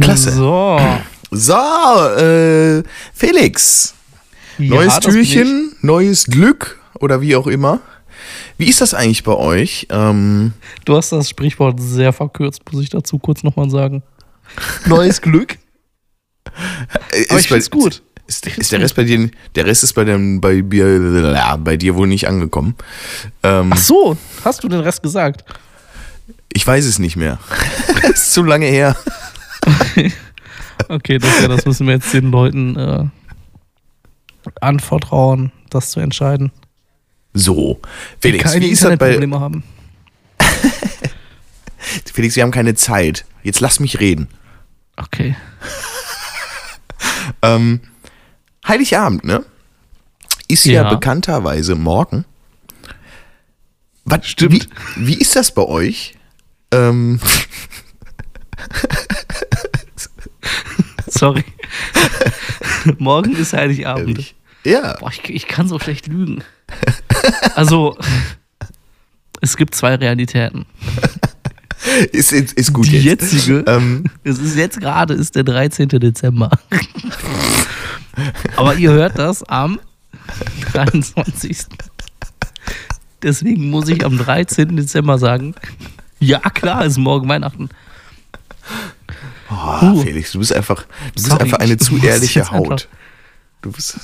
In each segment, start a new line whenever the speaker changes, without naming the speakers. Klasse.
So.
So, äh, Felix.
Ja,
neues
das bin ich.
Türchen, neues Glück oder wie auch immer. Wie ist das eigentlich bei euch? Ähm,
Du hast das Sprichwort sehr verkürzt, muss ich dazu kurz nochmal sagen. Neues Glück? Aber ich
Äh, bei-
find's gut.
Ist, ist der Rest bei dir, der Rest ist bei, dem, bei, bei, bei dir wohl nicht angekommen. Ähm,
Ach so, hast du den Rest gesagt?
ich weiß es nicht mehr. ist zu lange her.
Okay, das, ja, das müssen wir jetzt den Leuten äh, anvertrauen, das zu entscheiden.
So,
Die
Felix, wie ist das bei,
Internetprobleme haben.
Felix, wir haben keine Zeit. Jetzt lass mich reden.
Okay.
Ähm, Heiligabend, ne? Ist ja,
Ja.
bekannterweise morgen. Was, Stimmt. Wie, wie ist das bei euch? Ähm,
Sorry. Morgen ist Heiligabend.
ehrlich. ja,
Boah, ich, ich kann so schlecht lügen. Also, es gibt zwei Realitäten.
ist, ist, ist gut
Die
jetzt.
jetzige,
Ähm,
es ist jetzt gerade, ist der 13. Dezember. Aber ihr hört das am 23. Deswegen muss ich am 13. Dezember sagen, ja klar, ist morgen Weihnachten.
oh,
Uh.
Felix, du bist einfach, du bist
Sorry,
einfach eine
ich
zu
muss
ehrliche
jetzt
Haut.
einfach-
Du bist,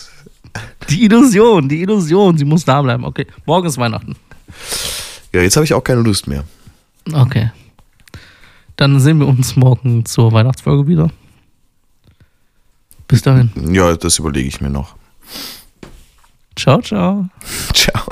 Die Illusion, die Illusion, sie muss da bleiben. Okay, morgen ist Weihnachten.
ja, jetzt habe ich auch keine Lust mehr.
Okay. Dann sehen wir uns morgen zur Weihnachtsfolge wieder. Bis dahin.
Ja, das überlege ich mir noch.
Ciao, ciao.
Ciao.